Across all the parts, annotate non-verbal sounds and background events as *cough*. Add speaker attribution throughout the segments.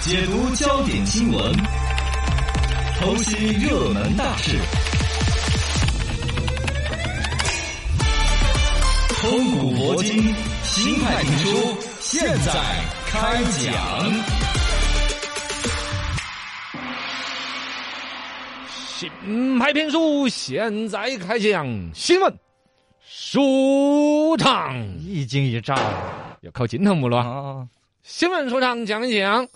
Speaker 1: 解读焦点新闻，剖析热门大事，风骨铂金，新派评书，现在开讲。
Speaker 2: 新派评书现在开讲新闻说唱，
Speaker 3: 一惊一乍的
Speaker 2: 要考金堂木了啊。
Speaker 3: 啊
Speaker 2: 新闻说唱讲一讲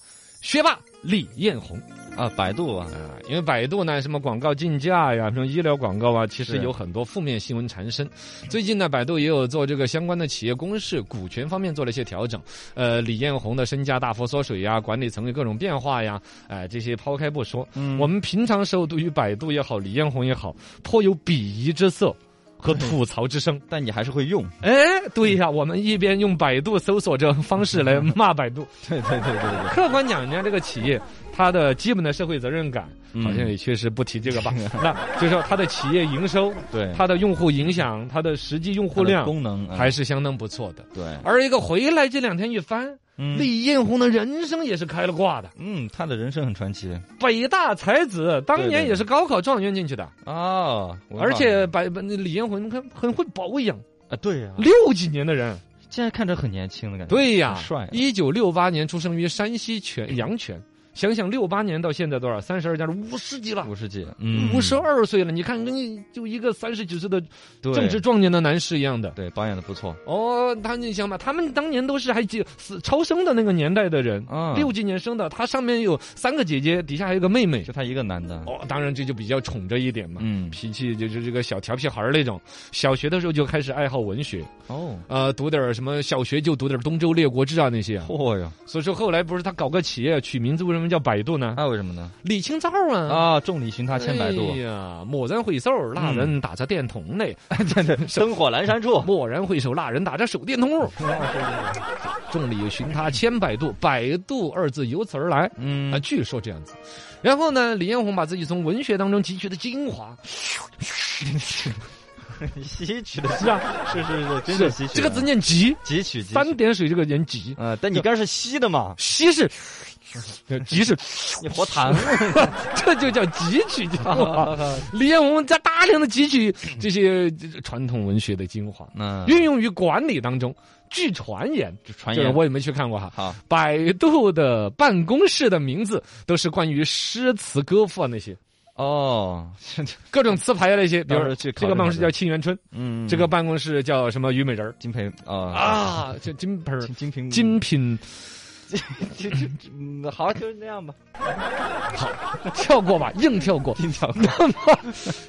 Speaker 2: 学霸李彦宏
Speaker 3: 啊！百度啊，
Speaker 2: 啊，因为百度呢，什么广告竞价呀，什么医疗广告啊，其实
Speaker 3: 是
Speaker 2: 有很多负面新闻缠身。最近呢，百度也有做这个相关的企业公示、股权方面做了一些调整。呃，李彦宏的身价大幅缩水呀，管理层的各种变化呀，哎、这些抛开不说，
Speaker 3: 嗯
Speaker 2: 我们平常时候对于百度也好，李彦宏也好，颇有鄙夷之色。和吐槽之声，
Speaker 3: 但你还是会用。
Speaker 2: 哎，对呀，我们一边用百度搜索这方式来骂百度，
Speaker 3: 对对对对对，
Speaker 2: 客观讲，人家这个企业，它的基本的社会责任感，
Speaker 3: 嗯
Speaker 2: 好像也确实不提这个
Speaker 3: *laughs*
Speaker 2: 吧？那就是说，它的企业营收、
Speaker 3: 对
Speaker 2: 它的用户影响、它的实际用户
Speaker 3: 它的
Speaker 2: 量，
Speaker 3: 功能啊
Speaker 2: 还是相当不错的。
Speaker 3: 对，
Speaker 2: 而一个回来这两天一翻，
Speaker 3: 嗯
Speaker 2: 李彦宏的人生也是开了挂的。
Speaker 3: 嗯，他的人生很传奇
Speaker 2: 北大才子，当
Speaker 3: 对对
Speaker 2: 年
Speaker 3: 对
Speaker 2: 也是高考状元进去的，
Speaker 3: 哦，文化
Speaker 2: 而且百李彦宏很很会保养，
Speaker 3: 啊，对呀，
Speaker 2: 六几年的人。
Speaker 3: 现在看着很年轻的感觉。
Speaker 2: 对呀
Speaker 3: 很帅啊，
Speaker 2: 一九六八年出生于山西泉阳泉，想想六八年到现在多少？三十二加五十几了。
Speaker 3: 五十几，嗯，
Speaker 2: 五十二岁了，你看跟就一个三十几岁的
Speaker 3: 对
Speaker 2: 正值壮年的男士一样的。
Speaker 3: 对保养的不错，
Speaker 2: 哦，他你想吧，他们当年都是还几死超生的那个年代的人，
Speaker 3: 啊
Speaker 2: 六几年生的，他上面有三个姐姐，底下还有个妹妹
Speaker 3: 就。他一个男的，
Speaker 2: 哦，当然这就比较宠着一点嘛，
Speaker 3: 嗯，
Speaker 2: 脾气就是这个小调皮孩儿那种。小学的时候就开始爱好文学，
Speaker 3: 哦，
Speaker 2: 呃，读点儿什么小学就读点儿《东周列国志》啊那些啊。
Speaker 3: 嚯哟，
Speaker 2: 所以说后来不是他搞个企业，取名字为什么叫百度呢？
Speaker 3: 那为什么呢？
Speaker 2: 李清照啊
Speaker 3: 啊，众里寻他千百度
Speaker 2: 哎，呀，蓦然回首，那人打着电筒嘞；
Speaker 3: 真的灯火阑珊处，
Speaker 2: 蓦然回首，那人打着手电筒
Speaker 3: 哦
Speaker 2: 喽。 *laughs* 众里寻他千百度，百度二字由此而来。
Speaker 3: 嗯
Speaker 2: 啊，，据说这样子。然后呢，李彦宏把自己从文学当中汲取的精华，
Speaker 3: 吸取的
Speaker 2: *laughs* 是啊，
Speaker 3: 是是是，真的吸取
Speaker 2: 这个
Speaker 3: 了
Speaker 2: 字念汲，
Speaker 3: 汲取汲
Speaker 2: 三
Speaker 3: 取，
Speaker 2: 点水这个人汲，
Speaker 3: 呃，但你刚是吸的嘛，
Speaker 2: 吸是，呃汲是，
Speaker 3: 你活痰
Speaker 2: *laughs* 这就叫汲取精
Speaker 3: *laughs*
Speaker 2: 华。
Speaker 3: 了。
Speaker 2: 李彦宏在大量的汲取这些传统文学的精华，
Speaker 3: 嗯，
Speaker 2: 运用于管理当中。据传言，
Speaker 3: 就传
Speaker 2: 就是
Speaker 3: 言
Speaker 2: 我也没去看过哈。
Speaker 3: 好，
Speaker 2: 百度的办公室的名字都是关于诗词歌赋啊那些
Speaker 3: 哦，
Speaker 2: 各种词牌啊那些，比如
Speaker 3: 到时候去
Speaker 2: 这
Speaker 3: 考
Speaker 2: 个
Speaker 3: 虑
Speaker 2: 办公室
Speaker 3: 考
Speaker 2: 叫
Speaker 3: 虑
Speaker 2: 沁园春，
Speaker 3: 嗯，
Speaker 2: 这个办公室叫什么虞美人儿
Speaker 3: 金培啊
Speaker 2: 啊，这金盆儿
Speaker 3: 金金瓶
Speaker 2: 精品，
Speaker 3: 金金嗯好，就是那样吧，
Speaker 2: 跳过吧，硬
Speaker 3: *laughs*
Speaker 2: 跳过。
Speaker 3: 金条，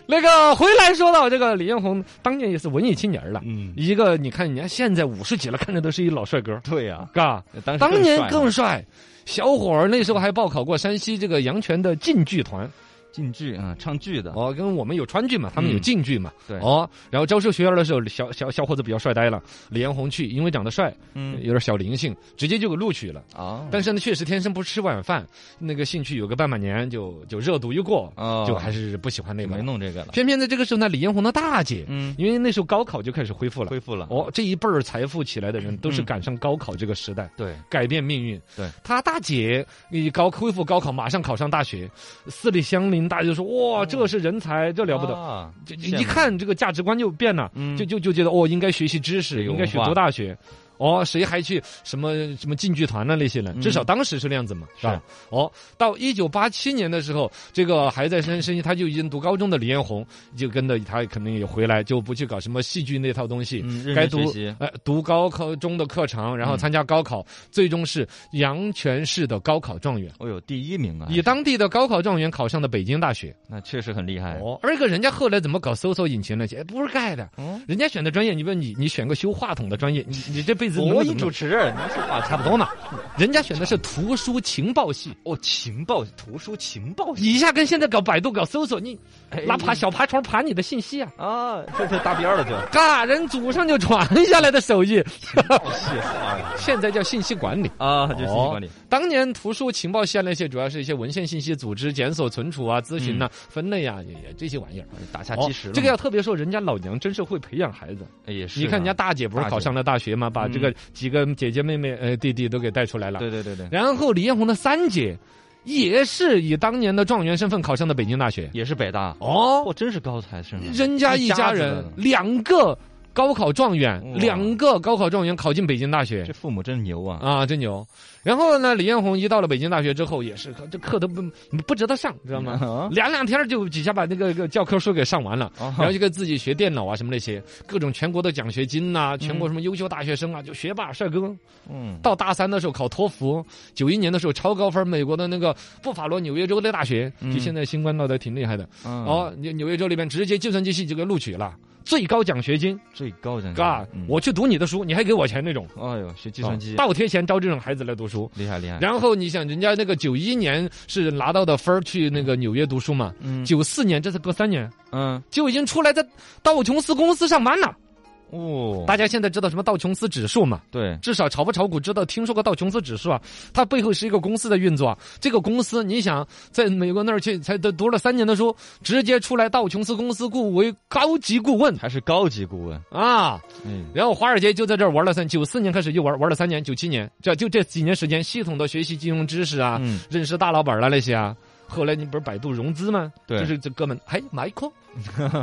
Speaker 2: 那个回来说到这个李彦宏，当年也是文艺青年儿了，
Speaker 3: 嗯，
Speaker 2: 一个你看人家现在五十几了，看着都是一老帅哥儿，
Speaker 3: 对呀， *laughs*
Speaker 2: 嘎，
Speaker 3: 当时
Speaker 2: 当年
Speaker 3: 帅
Speaker 2: 更帅。小伙儿那时候还报考过山西这个阳泉的晋剧团，
Speaker 3: 进剧啊，唱剧的，
Speaker 2: 哦，跟我们有川剧嘛，他们有
Speaker 3: 嗯
Speaker 2: 晋剧嘛。
Speaker 3: 对
Speaker 2: 哦，然后招收学员的时候，小小小伙子比较帅呆了，李彦宏去，因为长得帅，有
Speaker 3: 嗯
Speaker 2: 点小灵性，直接就给录取了。
Speaker 3: 啊，
Speaker 2: 但是呢，确实天生不吃晚饭，那个兴趣有个半把年就就热度一过，
Speaker 3: 哦
Speaker 2: 就还是不喜欢那个
Speaker 3: 没
Speaker 2: 了。
Speaker 3: 弄这个了，
Speaker 2: 偏偏在这个时候呢，李彦宏的大姐，
Speaker 3: 嗯，
Speaker 2: 因为那时候高考就开始恢复了。
Speaker 3: 恢复了，
Speaker 2: 哦，这一辈儿财富起来的人，都是
Speaker 3: 嗯
Speaker 2: 赶上高考这个时代。
Speaker 3: 对，
Speaker 2: 改变命运。
Speaker 3: 对，
Speaker 2: 他大姐一高恢复高考，马上考上大学，四里相邻，大家就说哇，这是人才，这了不得。
Speaker 3: 得，
Speaker 2: 这
Speaker 3: 哦羡慕
Speaker 2: 一看这个价值观就变了，
Speaker 3: 嗯
Speaker 2: 啊就就就觉得哦，应该学习知识，
Speaker 3: 有
Speaker 2: 应该去
Speaker 3: 文化
Speaker 2: 读大学。哦，谁还去什么什么进剧团啊呢？那些人，
Speaker 3: 嗯
Speaker 2: 至少当时是那样子嘛，是吧？哦，到一九八七年的时候，这个还在山西，他就已经读高中的李彦宏，就跟着他肯定也回来，就不去搞什么戏剧那套东西，
Speaker 3: 嗯，认
Speaker 2: 该
Speaker 3: 真
Speaker 2: 读
Speaker 3: 学习，
Speaker 2: 呃，读高考中的课程，然后
Speaker 3: 嗯
Speaker 2: 参加高考，最终是阳泉市的高考状元，
Speaker 3: 哦哟，第一名啊，
Speaker 2: 以当地的高考状元考上的北京大学。
Speaker 3: 那确实很厉害，
Speaker 2: 哦，而个人家后来怎么搞搜索引擎那些，哎不是盖的
Speaker 3: 嗯，
Speaker 2: 人家选的专业，你问你，你选个修话筒的专业，你你这辈子能
Speaker 3: 博
Speaker 2: 怎
Speaker 3: 弈哦
Speaker 2: 么
Speaker 3: 主
Speaker 2: 弄
Speaker 3: 持人，你说话差
Speaker 2: 差
Speaker 3: 不多
Speaker 2: 不多嘛？人家选的是图书情报系，
Speaker 3: 哦，情报图书情报系
Speaker 2: 你一下跟现在搞百度搞搜索，你
Speaker 3: 哎
Speaker 2: 拿爬小爬虫爬你的信息啊，
Speaker 3: 啊，这就搭边儿了就，
Speaker 2: 嘎，人祖上就传下来的手艺，
Speaker 3: 哦，是啊，
Speaker 2: 现在叫信息管理。
Speaker 3: 啊，就信息管理，
Speaker 2: 当年图书情报线那些主要是一些文献信息组织、检索、存储啊、咨询呐、
Speaker 3: 嗯
Speaker 2: 分类啊，也也这些玩意儿。哦
Speaker 3: 打下基石了嘛，
Speaker 2: 这个要特别说，人家老娘真是会培养孩子。
Speaker 3: 也是啊，嗯
Speaker 2: 你看人家大姐不是考上了大学吗？把这这个几个姐姐妹妹呃弟弟都给带出来了。
Speaker 3: 啊对对对对，
Speaker 2: 然后李彦宏的三姐也是以当年的状元身份考上的北京大学。
Speaker 3: 也是北大，
Speaker 2: 哦，
Speaker 3: 我真是高材生啊，
Speaker 2: 人家一家
Speaker 3: 一家
Speaker 2: 人
Speaker 3: 子的
Speaker 2: 两个高考状元，
Speaker 3: 哇
Speaker 2: 两个高考状元考进北京大学
Speaker 3: 这。父母真牛啊！
Speaker 2: 啊，真牛！然后呢，李彦宏一到了北京大学之后，也是这课都不不值得上，知道
Speaker 3: *laughs*
Speaker 2: 吗？
Speaker 3: 啊
Speaker 2: 两两天就几下把那个个教科书给上完了，
Speaker 3: 哦
Speaker 2: 然后就给自己学电脑啊什么那些，各种全国的奖学金呐、全国什么优秀大学生啊，就学霸帅哥。
Speaker 3: 嗯，
Speaker 2: 到大三的时候考托福，九一年的时候超高分，美国的那个布法罗纽约州的大学，
Speaker 3: 嗯
Speaker 2: 就现在新冠闹得挺厉害的。
Speaker 3: 嗯
Speaker 2: 哦，纽纽约州里边直接计算机系就给录取了，最高奖学金，
Speaker 3: 嗯最高人
Speaker 2: 嘎，
Speaker 3: 嗯
Speaker 2: 我去读你的书，你还给我钱那种，
Speaker 3: 哎呦，学计算机
Speaker 2: 啊倒贴钱招这种孩子来读书。
Speaker 3: 厉害厉害，
Speaker 2: 然后你想，人家那个九一年是拿到的分儿去那个纽约读书嘛，
Speaker 3: 嗯
Speaker 2: 九四年这才隔三年
Speaker 3: 嗯
Speaker 2: 就已经出来在道琼斯公司上班了。
Speaker 3: 哦，
Speaker 2: 大家现在知道什么道琼斯指数嘛？
Speaker 3: 对，
Speaker 2: 至少炒不炒股知道听说过道琼斯指数啊，它背后是一个公司的运作啊。这个公司，你想在美国那儿去才读读了三年的书，直接出来道琼斯公司雇为高级顾问
Speaker 3: 还是高级顾问，
Speaker 2: 啊。
Speaker 3: 嗯，
Speaker 2: 然后华尔街就在这儿玩了三，九四年开始又玩玩了三年，九七年这就这几年时间，系统的学习金融知识啊，
Speaker 3: 嗯
Speaker 2: 认识大老板了那些啊。后来你不是百度融资吗？
Speaker 3: 对
Speaker 2: 就是这哥们，嗨，Michael，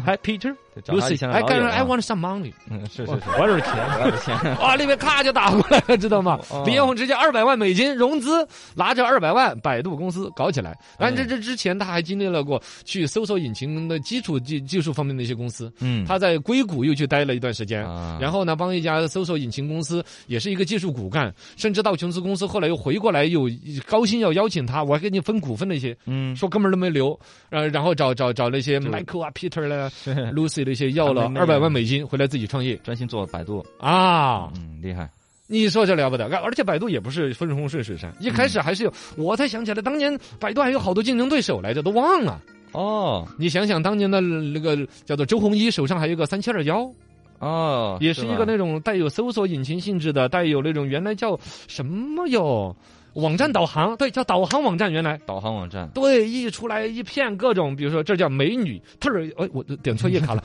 Speaker 2: 嗨，Peter，
Speaker 3: 找他以
Speaker 2: Lucy，
Speaker 3: 前的
Speaker 2: 哎，
Speaker 3: 老
Speaker 2: 干
Speaker 3: 友
Speaker 2: 了
Speaker 3: 啊
Speaker 2: ，I want
Speaker 3: *laughs*
Speaker 2: some money，
Speaker 3: 嗯是是
Speaker 2: 我
Speaker 3: 是，
Speaker 2: 我有点钱。
Speaker 3: 我的天，
Speaker 2: 啊，那边咔就打过来了，知道吗
Speaker 3: 哦？
Speaker 2: 李彦宏直接二百万美金融资，拿着二百万，百度公司搞起来。但这
Speaker 3: 哎
Speaker 2: 这之前，他还经历了过去搜索引擎的基础技技术方面的一些公司。
Speaker 3: 嗯，
Speaker 2: 他在硅谷又去待了一段时间，
Speaker 3: 啊
Speaker 2: 然后呢，帮一家搜索引擎公司，也是一个技术骨干，甚至到琼斯公司，后来又回过来，又高薪要邀请他，我还给你分股份那些，
Speaker 3: 嗯
Speaker 2: 说哥们儿都没留，呃，然后找找找那些
Speaker 3: 就
Speaker 2: Michael 啊、Peter 啦、
Speaker 3: 是
Speaker 2: *laughs*
Speaker 3: *laughs*
Speaker 2: Lucy 那些要了
Speaker 3: 他们那
Speaker 2: 二
Speaker 3: 个
Speaker 2: 百万美金回来自己创业
Speaker 3: 专心做百度，
Speaker 2: 啊。
Speaker 3: 嗯，厉害，
Speaker 2: 你说这了不得，而且百度也不是分红顺水山，一开
Speaker 3: 嗯
Speaker 2: 始还是有，我才想起来，当年百度还有好多竞争对手来着，都忘了。
Speaker 3: 哦
Speaker 2: 你想想当年的那个叫做周鸿祎手上还有个三七二幺，
Speaker 3: 哦，
Speaker 2: 也是一
Speaker 3: 吧
Speaker 2: 个那种带有搜索引擎性质的，带有那种原来叫什么哟，网站导航，对，叫导航网站原来。
Speaker 3: 导航网站，
Speaker 2: 对，一出来一片各种，比如说这叫美女，特儿，哎，我点错
Speaker 3: *laughs*
Speaker 2: 页卡了，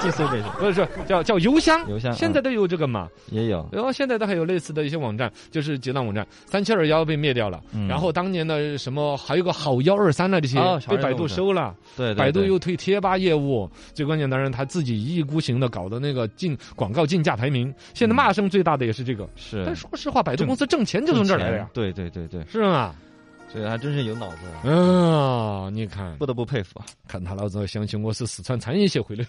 Speaker 3: 这搜北
Speaker 2: 不是叫叫邮箱，
Speaker 3: 邮箱嗯
Speaker 2: 现在都有这个嘛，
Speaker 3: 也有，
Speaker 2: 然后现在都还有类似的一些网站，就是几大网站，三七二幺被灭掉了，
Speaker 3: 嗯
Speaker 2: 然后当年的什么还有个好幺二三了这些、
Speaker 3: 哦
Speaker 2: 被百度收了，
Speaker 3: 对，对
Speaker 2: 百度
Speaker 3: 对
Speaker 2: 又推贴吧业务，最关键当然他自己一意孤行的搞的那个竞广告竞价排名，现在骂声最大的也是这个。
Speaker 3: 是，
Speaker 2: 但说实话，百度
Speaker 3: 挣
Speaker 2: 公司挣钱就从这儿来
Speaker 3: 挣钱
Speaker 2: 的呀，
Speaker 3: 对对对对，
Speaker 2: 是吗？
Speaker 3: 这个还真是有脑子啊，
Speaker 2: 嗯、你看，
Speaker 3: 不得不佩服啊。
Speaker 2: 看他老子相信我是四川餐饮协会的。